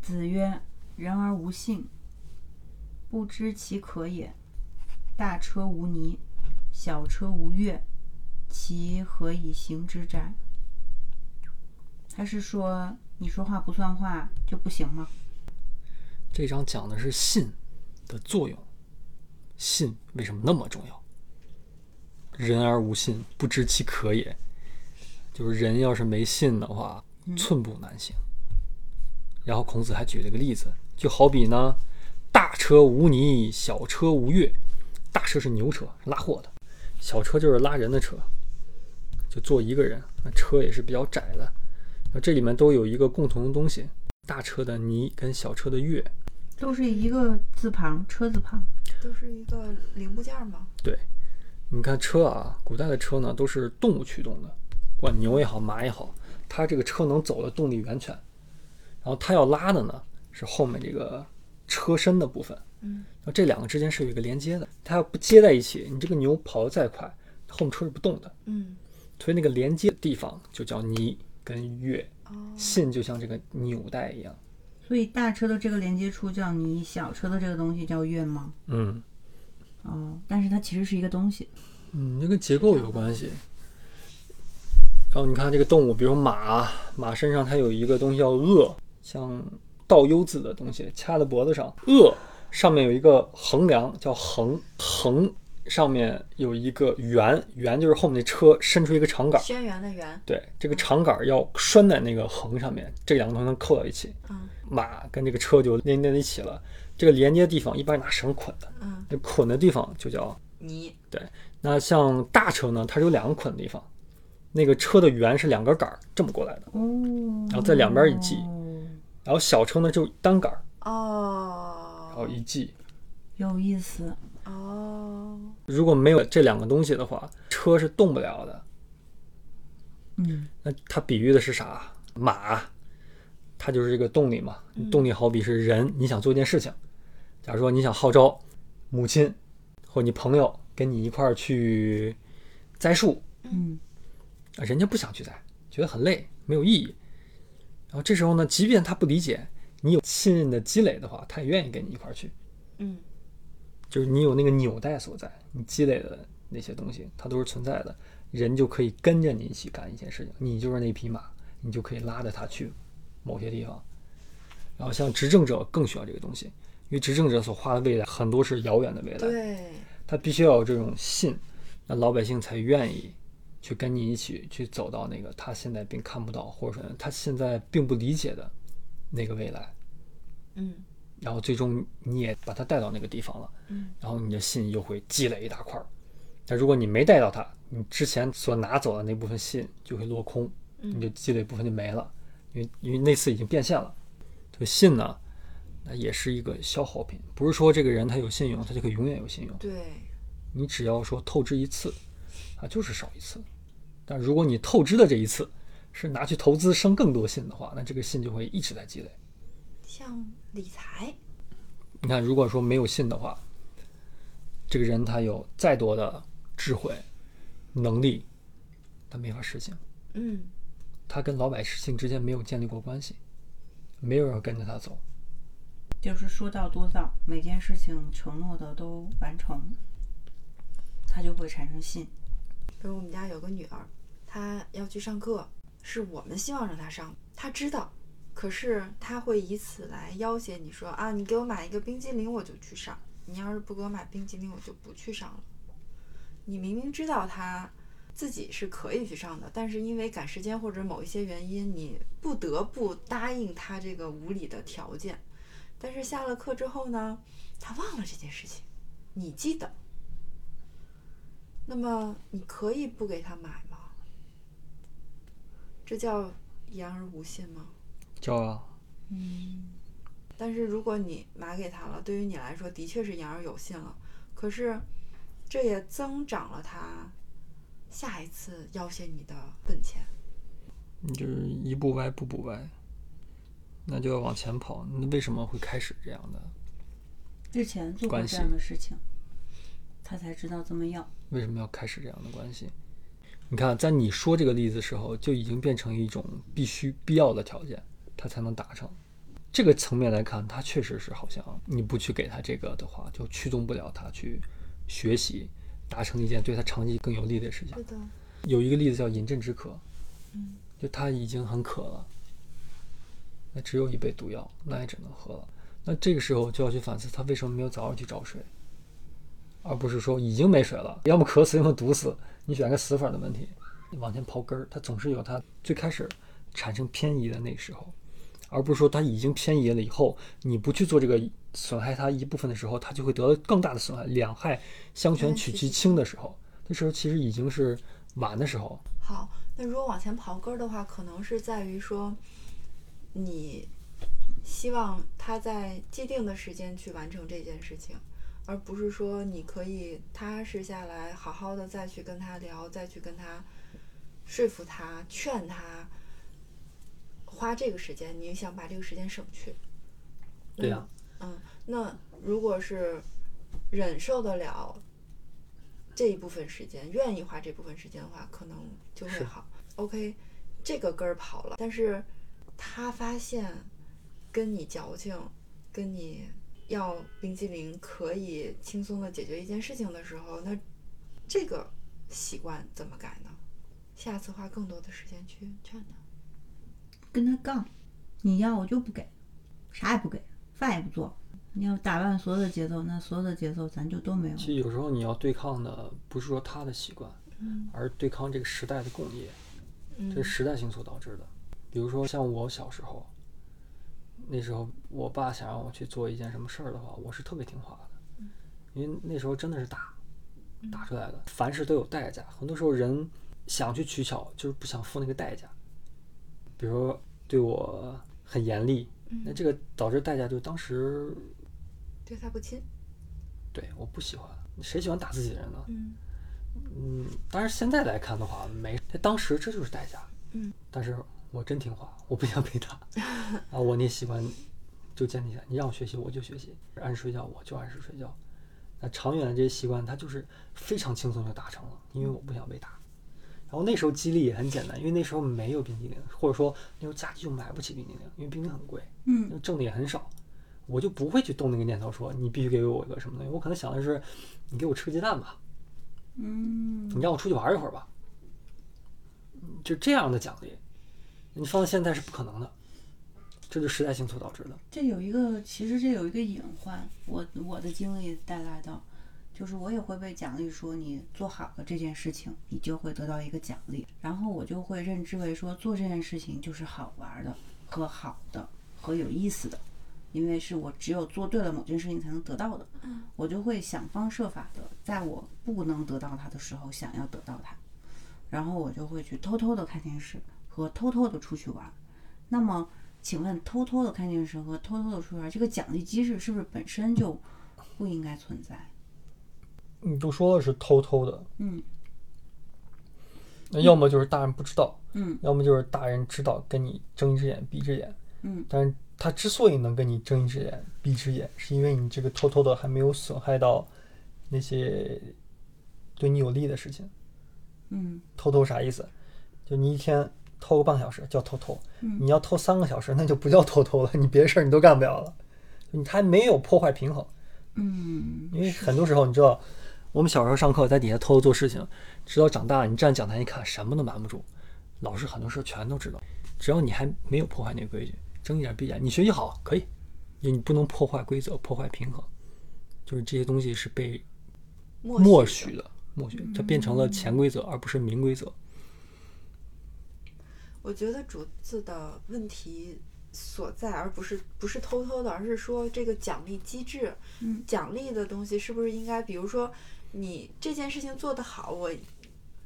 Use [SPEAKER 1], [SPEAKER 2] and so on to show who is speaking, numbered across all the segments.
[SPEAKER 1] 子曰：“人而无信，不知其可也。大车无泥，小车无月，其何以行之哉？”还是说你说话不算话就不行吗？
[SPEAKER 2] 这章讲的是信的作用，信为什么那么重要？人而无信，不知其可也。就是人要是没信的话，寸步难行。然后孔子还举了个例子，就好比呢，大车无泥，小车无月。大车是牛车，拉货的；小车就是拉人的车，就坐一个人。那车也是比较窄的。那这里面都有一个共同的东西：大车的泥跟小车的月。
[SPEAKER 1] 都是一个字旁，车字旁。
[SPEAKER 3] 都是一个零部件儿嘛。
[SPEAKER 2] 你看车啊，古代的车呢都是动物驱动的，不管牛也好，马也好，它这个车能走的动力源泉，然后它要拉的呢是后面这个车身的部分，
[SPEAKER 3] 嗯，
[SPEAKER 2] 然后这两个之间是有一个连接的，它要不接在一起，你这个牛跑得再快，后面车是不动的，
[SPEAKER 3] 嗯，
[SPEAKER 2] 所以那个连接的地方就叫泥跟月，
[SPEAKER 3] 哦，
[SPEAKER 2] 信就像这个纽带一样，
[SPEAKER 1] 所以大车的这个连接处叫泥，小车的这个东西叫月吗？
[SPEAKER 2] 嗯
[SPEAKER 1] 哦，但是它其实是一个东西。
[SPEAKER 2] 嗯，那跟结构有关系。然后你看这个动物，比如马，啊马身上它有一个东西叫颚，像倒 U 字的东西掐在脖子上。颚上面有一个横梁，叫横，横上面有一个圆，圆就是后面那车伸出一个长杆儿，
[SPEAKER 3] 轩辕的辕，
[SPEAKER 2] 对，这个长杆儿要拴在那个横上面，这两个东西能扣到一起，
[SPEAKER 3] 嗯
[SPEAKER 2] 马跟这个车就连接在一起了。这个连接地方一般拿绳捆的，
[SPEAKER 3] 嗯，
[SPEAKER 2] 那捆的地方就叫
[SPEAKER 3] 泥，
[SPEAKER 2] 那像大车呢，它是有两个捆的地方，那个车的圆是两根杆儿这么过来的，
[SPEAKER 1] 哦，
[SPEAKER 2] 然后在两边一系然后小车呢就单杆儿，然后
[SPEAKER 3] 哦，
[SPEAKER 2] 一系。
[SPEAKER 1] 有意思。
[SPEAKER 3] 哦，
[SPEAKER 2] 如果没有这两个东西的话，车是动不了的。
[SPEAKER 1] 嗯，
[SPEAKER 2] 那它比喻的是啥？马，它就是这个动力嘛。动力好比是人，你想做一件事情，假如说你想号召母亲或你朋友跟你一块儿去栽树，
[SPEAKER 1] 嗯，
[SPEAKER 2] 啊，人家不想去摘，觉得很累，没有意义。然后这时候呢，即便他不理解，你有信任的积累的话，他也愿意跟你一块儿去。
[SPEAKER 3] 嗯
[SPEAKER 2] 就是你有那个纽带所在，你积累的那些东西，它都是存在的。人就可以跟着你一起干一件事情，你就是那匹马，你就可以拉着它去某些地方。然后像执政者更需要这个东西，因为执政者所画的未来很多是遥远的未来，
[SPEAKER 3] 对，
[SPEAKER 2] 他必须要有这种信，那老百姓才愿意去跟你一起去走到那个他现在并看不到，或者说他现在并不理解的那个未来，
[SPEAKER 3] 嗯
[SPEAKER 2] 然后最终你也把他带到那个地方了，
[SPEAKER 3] 嗯
[SPEAKER 2] 然后你的信又会积累一大块儿。但如果你没带到它，你之前所拿走的那部分信就会落空，你就积累部分就没了，因为因为那次已经变现了。所以信呢，那也是一个消耗品，不是说这个人他有信用，他就可以永远有信用。
[SPEAKER 3] 对，
[SPEAKER 2] 你只要说透支一次，啊，就是少一次。但如果你透支的这一次是拿去投资生更多信的话，那这个信就会一直在积累。
[SPEAKER 3] 像理财，
[SPEAKER 2] 你看，如果说没有信的话，这个人他有再多的智慧、能力，他没法实行。
[SPEAKER 3] 嗯
[SPEAKER 2] 他跟老百姓之间没有建立过关系，没有人跟着他走。
[SPEAKER 1] 就是说到做到，每件事情承诺的都完成，它就会产生信。
[SPEAKER 3] 比如我们家有个女儿，她要去上课，是我们希望让她上，她知道，可是她会以此来要挟你说啊，你给我买一个冰激凌我就去上，你要是不给我买冰激凌我就不去上了。你明明知道她自己是可以去上的，但是因为赶时间或者某一些原因，你不得不答应她这个无理的条件。但是下了课之后呢，她忘了这件事情，你记得。那么你可以不给他买吗？这叫言而无信吗？
[SPEAKER 2] 叫啊，
[SPEAKER 3] 但是如果你买给他了，对于你来说的确是言而有信了，可是这也增长了他下一次要挟你的本钱。
[SPEAKER 2] 你就是一步歪步步歪，那就要往前跑。那为什么会开始这样的？
[SPEAKER 1] 之前做过
[SPEAKER 2] 关系
[SPEAKER 1] 这样的事情，他才知道这么要。
[SPEAKER 2] 为什么要开始这样的关系？你看，在你说这个例子的时候，就已经变成一种必须必要的条件，它才能达成。这个层面来看，他确实是好像你不去给他这个的话，就驱动不了他去学习，达成一件对他长期更有利的事情
[SPEAKER 3] 是。的，
[SPEAKER 2] 有一个例子叫饮鸩止渴，
[SPEAKER 3] 嗯，
[SPEAKER 2] 就他已经很渴了，那只有一杯毒药，那也只能喝了。那这个时候就要去反思，他为什么没有早点去找水，而不是说已经没水了，要么渴死，要么毒死，你选个死法的问题。你往前刨根儿，他总是有他最开始产生偏移的那时候，而不是说他已经偏移了以后，你不去做这个损害他一部分的时候，他就会得到更大的损害，两害相权
[SPEAKER 3] 嗯
[SPEAKER 2] 取
[SPEAKER 3] 取
[SPEAKER 2] 其
[SPEAKER 3] 其
[SPEAKER 2] 轻的时候，那时候其实已经是晚的时候，
[SPEAKER 3] 好，那如果往前刨根儿的话，可能是在于说，你希望他在既定的时间去完成这件事情，而不是说你可以踏实下来，好好的再去跟他聊，再去跟他说服他、劝他，花这个时间，你想把这个时间省去。
[SPEAKER 2] 对啊呀、
[SPEAKER 3] 嗯，那如果是忍受得了这一部分时间，愿意花这部分时间的话，可能就会
[SPEAKER 2] 是
[SPEAKER 3] 好。OK，这个根儿跑了，但是他发现跟你矫情，跟你要冰激凌可以轻松的解决一件事情的时候，那这个习惯怎么改呢？下次花更多的时间去劝他。
[SPEAKER 1] 跟他杠，你要我就不给，啥也不给，饭也不做。你要打乱所有的节奏，那所有的节奏咱就都没有了
[SPEAKER 2] 其。实有时候你要对抗的不是说他的习惯，
[SPEAKER 3] 嗯
[SPEAKER 2] 而对抗这个时代的共业，这是
[SPEAKER 3] 嗯
[SPEAKER 2] 时代性所导致的。比如说像我小时候，那时候我爸想让我去做一件什么事儿的话，我是特别听话的，因为那时候真的是打打出来的，凡事都有代价。很多时候人想去取巧，就是不想付那个代价。比如说对我很严厉，那这个导致代价就是当时
[SPEAKER 3] 对他不亲。
[SPEAKER 2] 对我不喜欢，谁喜欢打自己人呢？
[SPEAKER 3] 嗯
[SPEAKER 2] 嗯，当然现在来看的话，没，在当时这就是代价。
[SPEAKER 3] 嗯，
[SPEAKER 2] 但是我真听话，我不想被打啊，我那习惯就建立起来。你让我学习，我就学习；按时睡觉，我就按时睡觉。那长远的这些习惯，它就是非常轻松就达成了，因为我不想被打。然后那时候激励也很简单，因为那时候没有冰激凌，或者说那时候家里就买不起冰激凌，因为冰激凌很贵，
[SPEAKER 1] 嗯，
[SPEAKER 2] 挣的也很少，我就不会去动那个念头说你必须给我一个什么东西。我可能想的是，你给我吃个鸡蛋吧，
[SPEAKER 1] 嗯，
[SPEAKER 2] 你让我出去玩一会儿吧。嗯就这样的奖励，你放到现在是不可能的，这就是时代性所导致的。
[SPEAKER 1] 这有一个，其实这有一个隐患，我我的经历带来的，就是我也会被奖励说你做好了这件事情，你就会得到一个奖励，然后我就会认知为说做这件事情就是好玩的和好的和有意思的，因为是我只有做对了某件事情才能得到的，我就会想方设法的，在我不能得到它的时候想要得到它，然后我就会去偷偷的看电视和偷偷的出去玩，那么。请问偷偷的看电视和偷偷的出去玩，这个奖励机制是不是本身就不应该存在？
[SPEAKER 2] 你都说了是偷偷的，
[SPEAKER 1] 嗯，
[SPEAKER 2] 那要么就是大人不知道，
[SPEAKER 1] 嗯，
[SPEAKER 2] 要么就是大人知道跟你睁一只眼闭一只眼，
[SPEAKER 1] 嗯，
[SPEAKER 2] 但是他之所以能跟你睁一只眼闭一只眼，是因为你这个偷偷的还没有损害到那些对你有利的事情。
[SPEAKER 1] 嗯
[SPEAKER 2] 偷偷啥意思？就你一天偷个半小时叫偷偷，
[SPEAKER 1] 嗯
[SPEAKER 2] 你要偷三个小时那就不叫偷偷了，你别的事儿你都干不了了，你还没有破坏平衡。
[SPEAKER 1] 嗯
[SPEAKER 2] 因为很多时候你知道，我们小时候上课在底下偷偷做事情，直到长大你站讲台一看，什么都瞒不住，老师很多事儿全都知道，只要你还没有破坏那个规矩，睁一眼闭一眼，你学习好可以，你不能破坏规则，破坏平衡，就是这些东西是被
[SPEAKER 3] 默
[SPEAKER 2] 默
[SPEAKER 3] 的
[SPEAKER 2] 许的，默许它变成了潜规则而不是明规则。
[SPEAKER 3] 我觉得竹子的问题所在，而不是不是偷偷的，而是说这个奖励机制，
[SPEAKER 1] 嗯
[SPEAKER 3] 奖励的东西是不是应该，比如说你这件事情做得好，我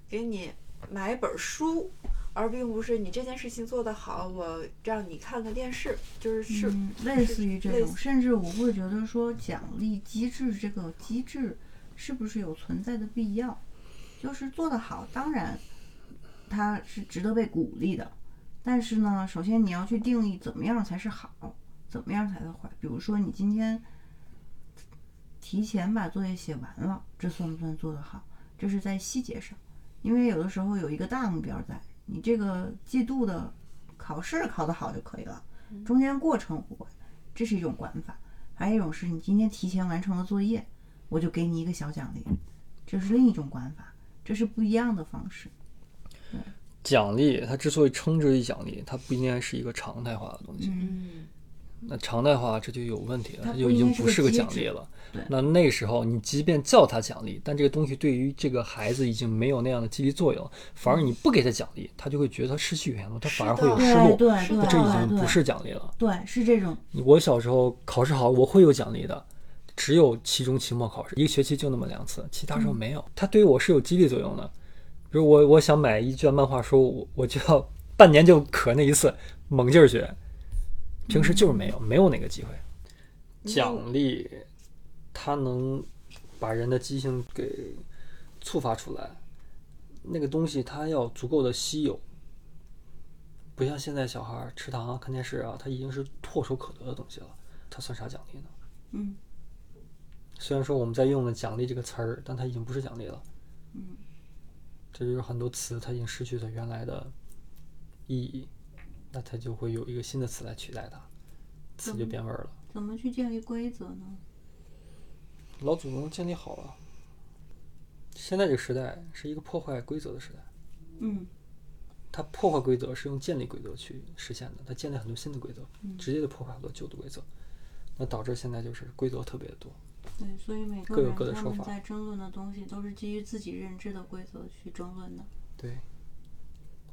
[SPEAKER 3] 给你买一本书，而并不是你这件事情做得好，我让你看个电视，就是是、
[SPEAKER 1] 嗯，类似于这
[SPEAKER 3] 类
[SPEAKER 1] 种，
[SPEAKER 3] 似
[SPEAKER 1] 甚至我会觉得说奖励机制这个机制是不是有存在的必要？就是做得好，当然它是值得被鼓励的，但是呢，首先你要去定义怎么样才是好，怎么样才是坏。比如说你今天提前把作业写完了，这算不算做得好？这是在细节上，因为有的时候有一个大目标在，
[SPEAKER 3] 嗯
[SPEAKER 1] 你这个季度的考试考得好就可以了。中间过程无关，这是一种管法；还有一种是你今天提前完成了作业，我就给你一个小奖励，这是另一种管法，这是不一样的方式。
[SPEAKER 2] 奖励它之所以称之为奖励，它不应该是一个常态化的东西。
[SPEAKER 1] 嗯，
[SPEAKER 3] 嗯，
[SPEAKER 2] 那常态化这就有问题了，
[SPEAKER 1] 它
[SPEAKER 2] 它
[SPEAKER 1] 不
[SPEAKER 2] 就已
[SPEAKER 1] 应
[SPEAKER 2] 经
[SPEAKER 1] 该是
[SPEAKER 2] 不
[SPEAKER 1] 个
[SPEAKER 2] 是个
[SPEAKER 1] 机
[SPEAKER 2] 奖
[SPEAKER 1] 制
[SPEAKER 2] 励了
[SPEAKER 1] 对。
[SPEAKER 2] 那那时候你即便叫它奖励，但这个东西对于这个孩子已经没有那样的激励作用，反而你不给他奖励，他就会觉得他失去原动，他
[SPEAKER 3] 是
[SPEAKER 2] 反而
[SPEAKER 3] 的
[SPEAKER 2] 会有
[SPEAKER 3] 对
[SPEAKER 2] 哦
[SPEAKER 1] 对对
[SPEAKER 2] 失落。
[SPEAKER 3] 是
[SPEAKER 1] 对
[SPEAKER 2] 那
[SPEAKER 3] 的
[SPEAKER 2] 这已
[SPEAKER 1] 对
[SPEAKER 2] 经
[SPEAKER 1] 对
[SPEAKER 2] 不是奖励了。
[SPEAKER 1] 对，是这种
[SPEAKER 2] 我小时候考试好，我会有奖励的，只有期中、期末考试，一个学期就那么两次，其他时候没有。它对于我是有激励作用的。比如我我想买一卷漫画书，我我就要半年就可那一次，猛劲儿学。平时就是没有，没有那个机会。
[SPEAKER 3] 你有
[SPEAKER 2] 奖励，它能把人的激情给触发出来。那个东西它要足够的稀有，不像现在小孩儿吃糖啊、看电视啊，它已经是唾手可得的东西了，它算啥奖励呢？
[SPEAKER 1] 嗯，
[SPEAKER 2] 虽然说我们在用的“奖励”这个词儿，但它已经不是奖励了。
[SPEAKER 1] 嗯，
[SPEAKER 2] 这就是很多词它已经失去它原来的意义，那它就会有一个新的词来取代它，词就
[SPEAKER 1] 嗯
[SPEAKER 2] 变味儿了。
[SPEAKER 1] 怎么去建立规则呢？
[SPEAKER 2] 老祖宗建立好了，现在这个时代是一个破坏规则的时代。
[SPEAKER 1] 嗯
[SPEAKER 2] 它破坏规则是用建立规则去实现的，它建立很多新的规则，
[SPEAKER 1] 嗯
[SPEAKER 2] 直接的破坏很多旧的规则，那导致现在就是规则特别的多。
[SPEAKER 1] 对，所以每
[SPEAKER 2] 各
[SPEAKER 1] 个
[SPEAKER 2] 有
[SPEAKER 1] 人
[SPEAKER 2] 各的
[SPEAKER 1] 他
[SPEAKER 2] 说
[SPEAKER 1] 们
[SPEAKER 2] 法
[SPEAKER 1] 在争论的东西都是基于自己认知的规则去争论的。
[SPEAKER 2] 对，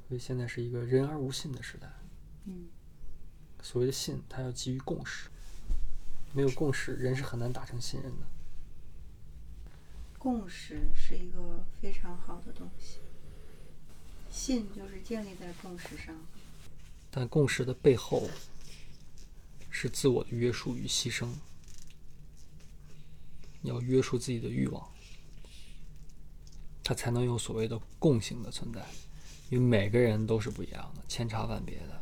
[SPEAKER 2] 所以现在是一个人而无信的时代。
[SPEAKER 1] 嗯，
[SPEAKER 2] 所谓的信，它要基于共识，没有共识，人是很难达成信任的。
[SPEAKER 1] 共识是一个非常好的东西，信就是建立在共识上。
[SPEAKER 2] 但共识的背后是自我的约束与牺牲，要约束自己的欲望，它才能有所谓的共性的存在。因为每个人都是不一样的，千差万别的。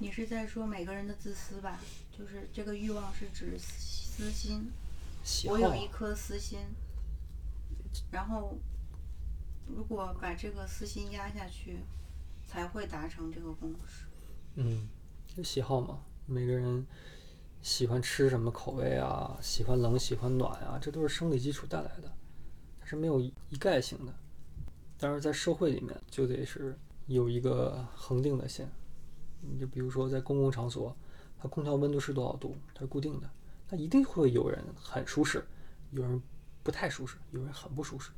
[SPEAKER 1] 你是在说每个人的自私吧？就是这个欲望是指私私心，
[SPEAKER 2] 喜好
[SPEAKER 1] 我有一颗私心，然后如果把这个私心压下去，才会达成这个共识。
[SPEAKER 2] 嗯，就喜好嘛，每个人喜欢吃什么口味啊，喜欢冷喜欢暖啊，这都是生理基础带来的，它是没有一概性的。但是在社会里面，就得是有一个恒定的线。你就比如说在公共场所，它空调温度是多少度，它是固定的，那一定会有人很舒适，有人不太舒适，有人很不舒适，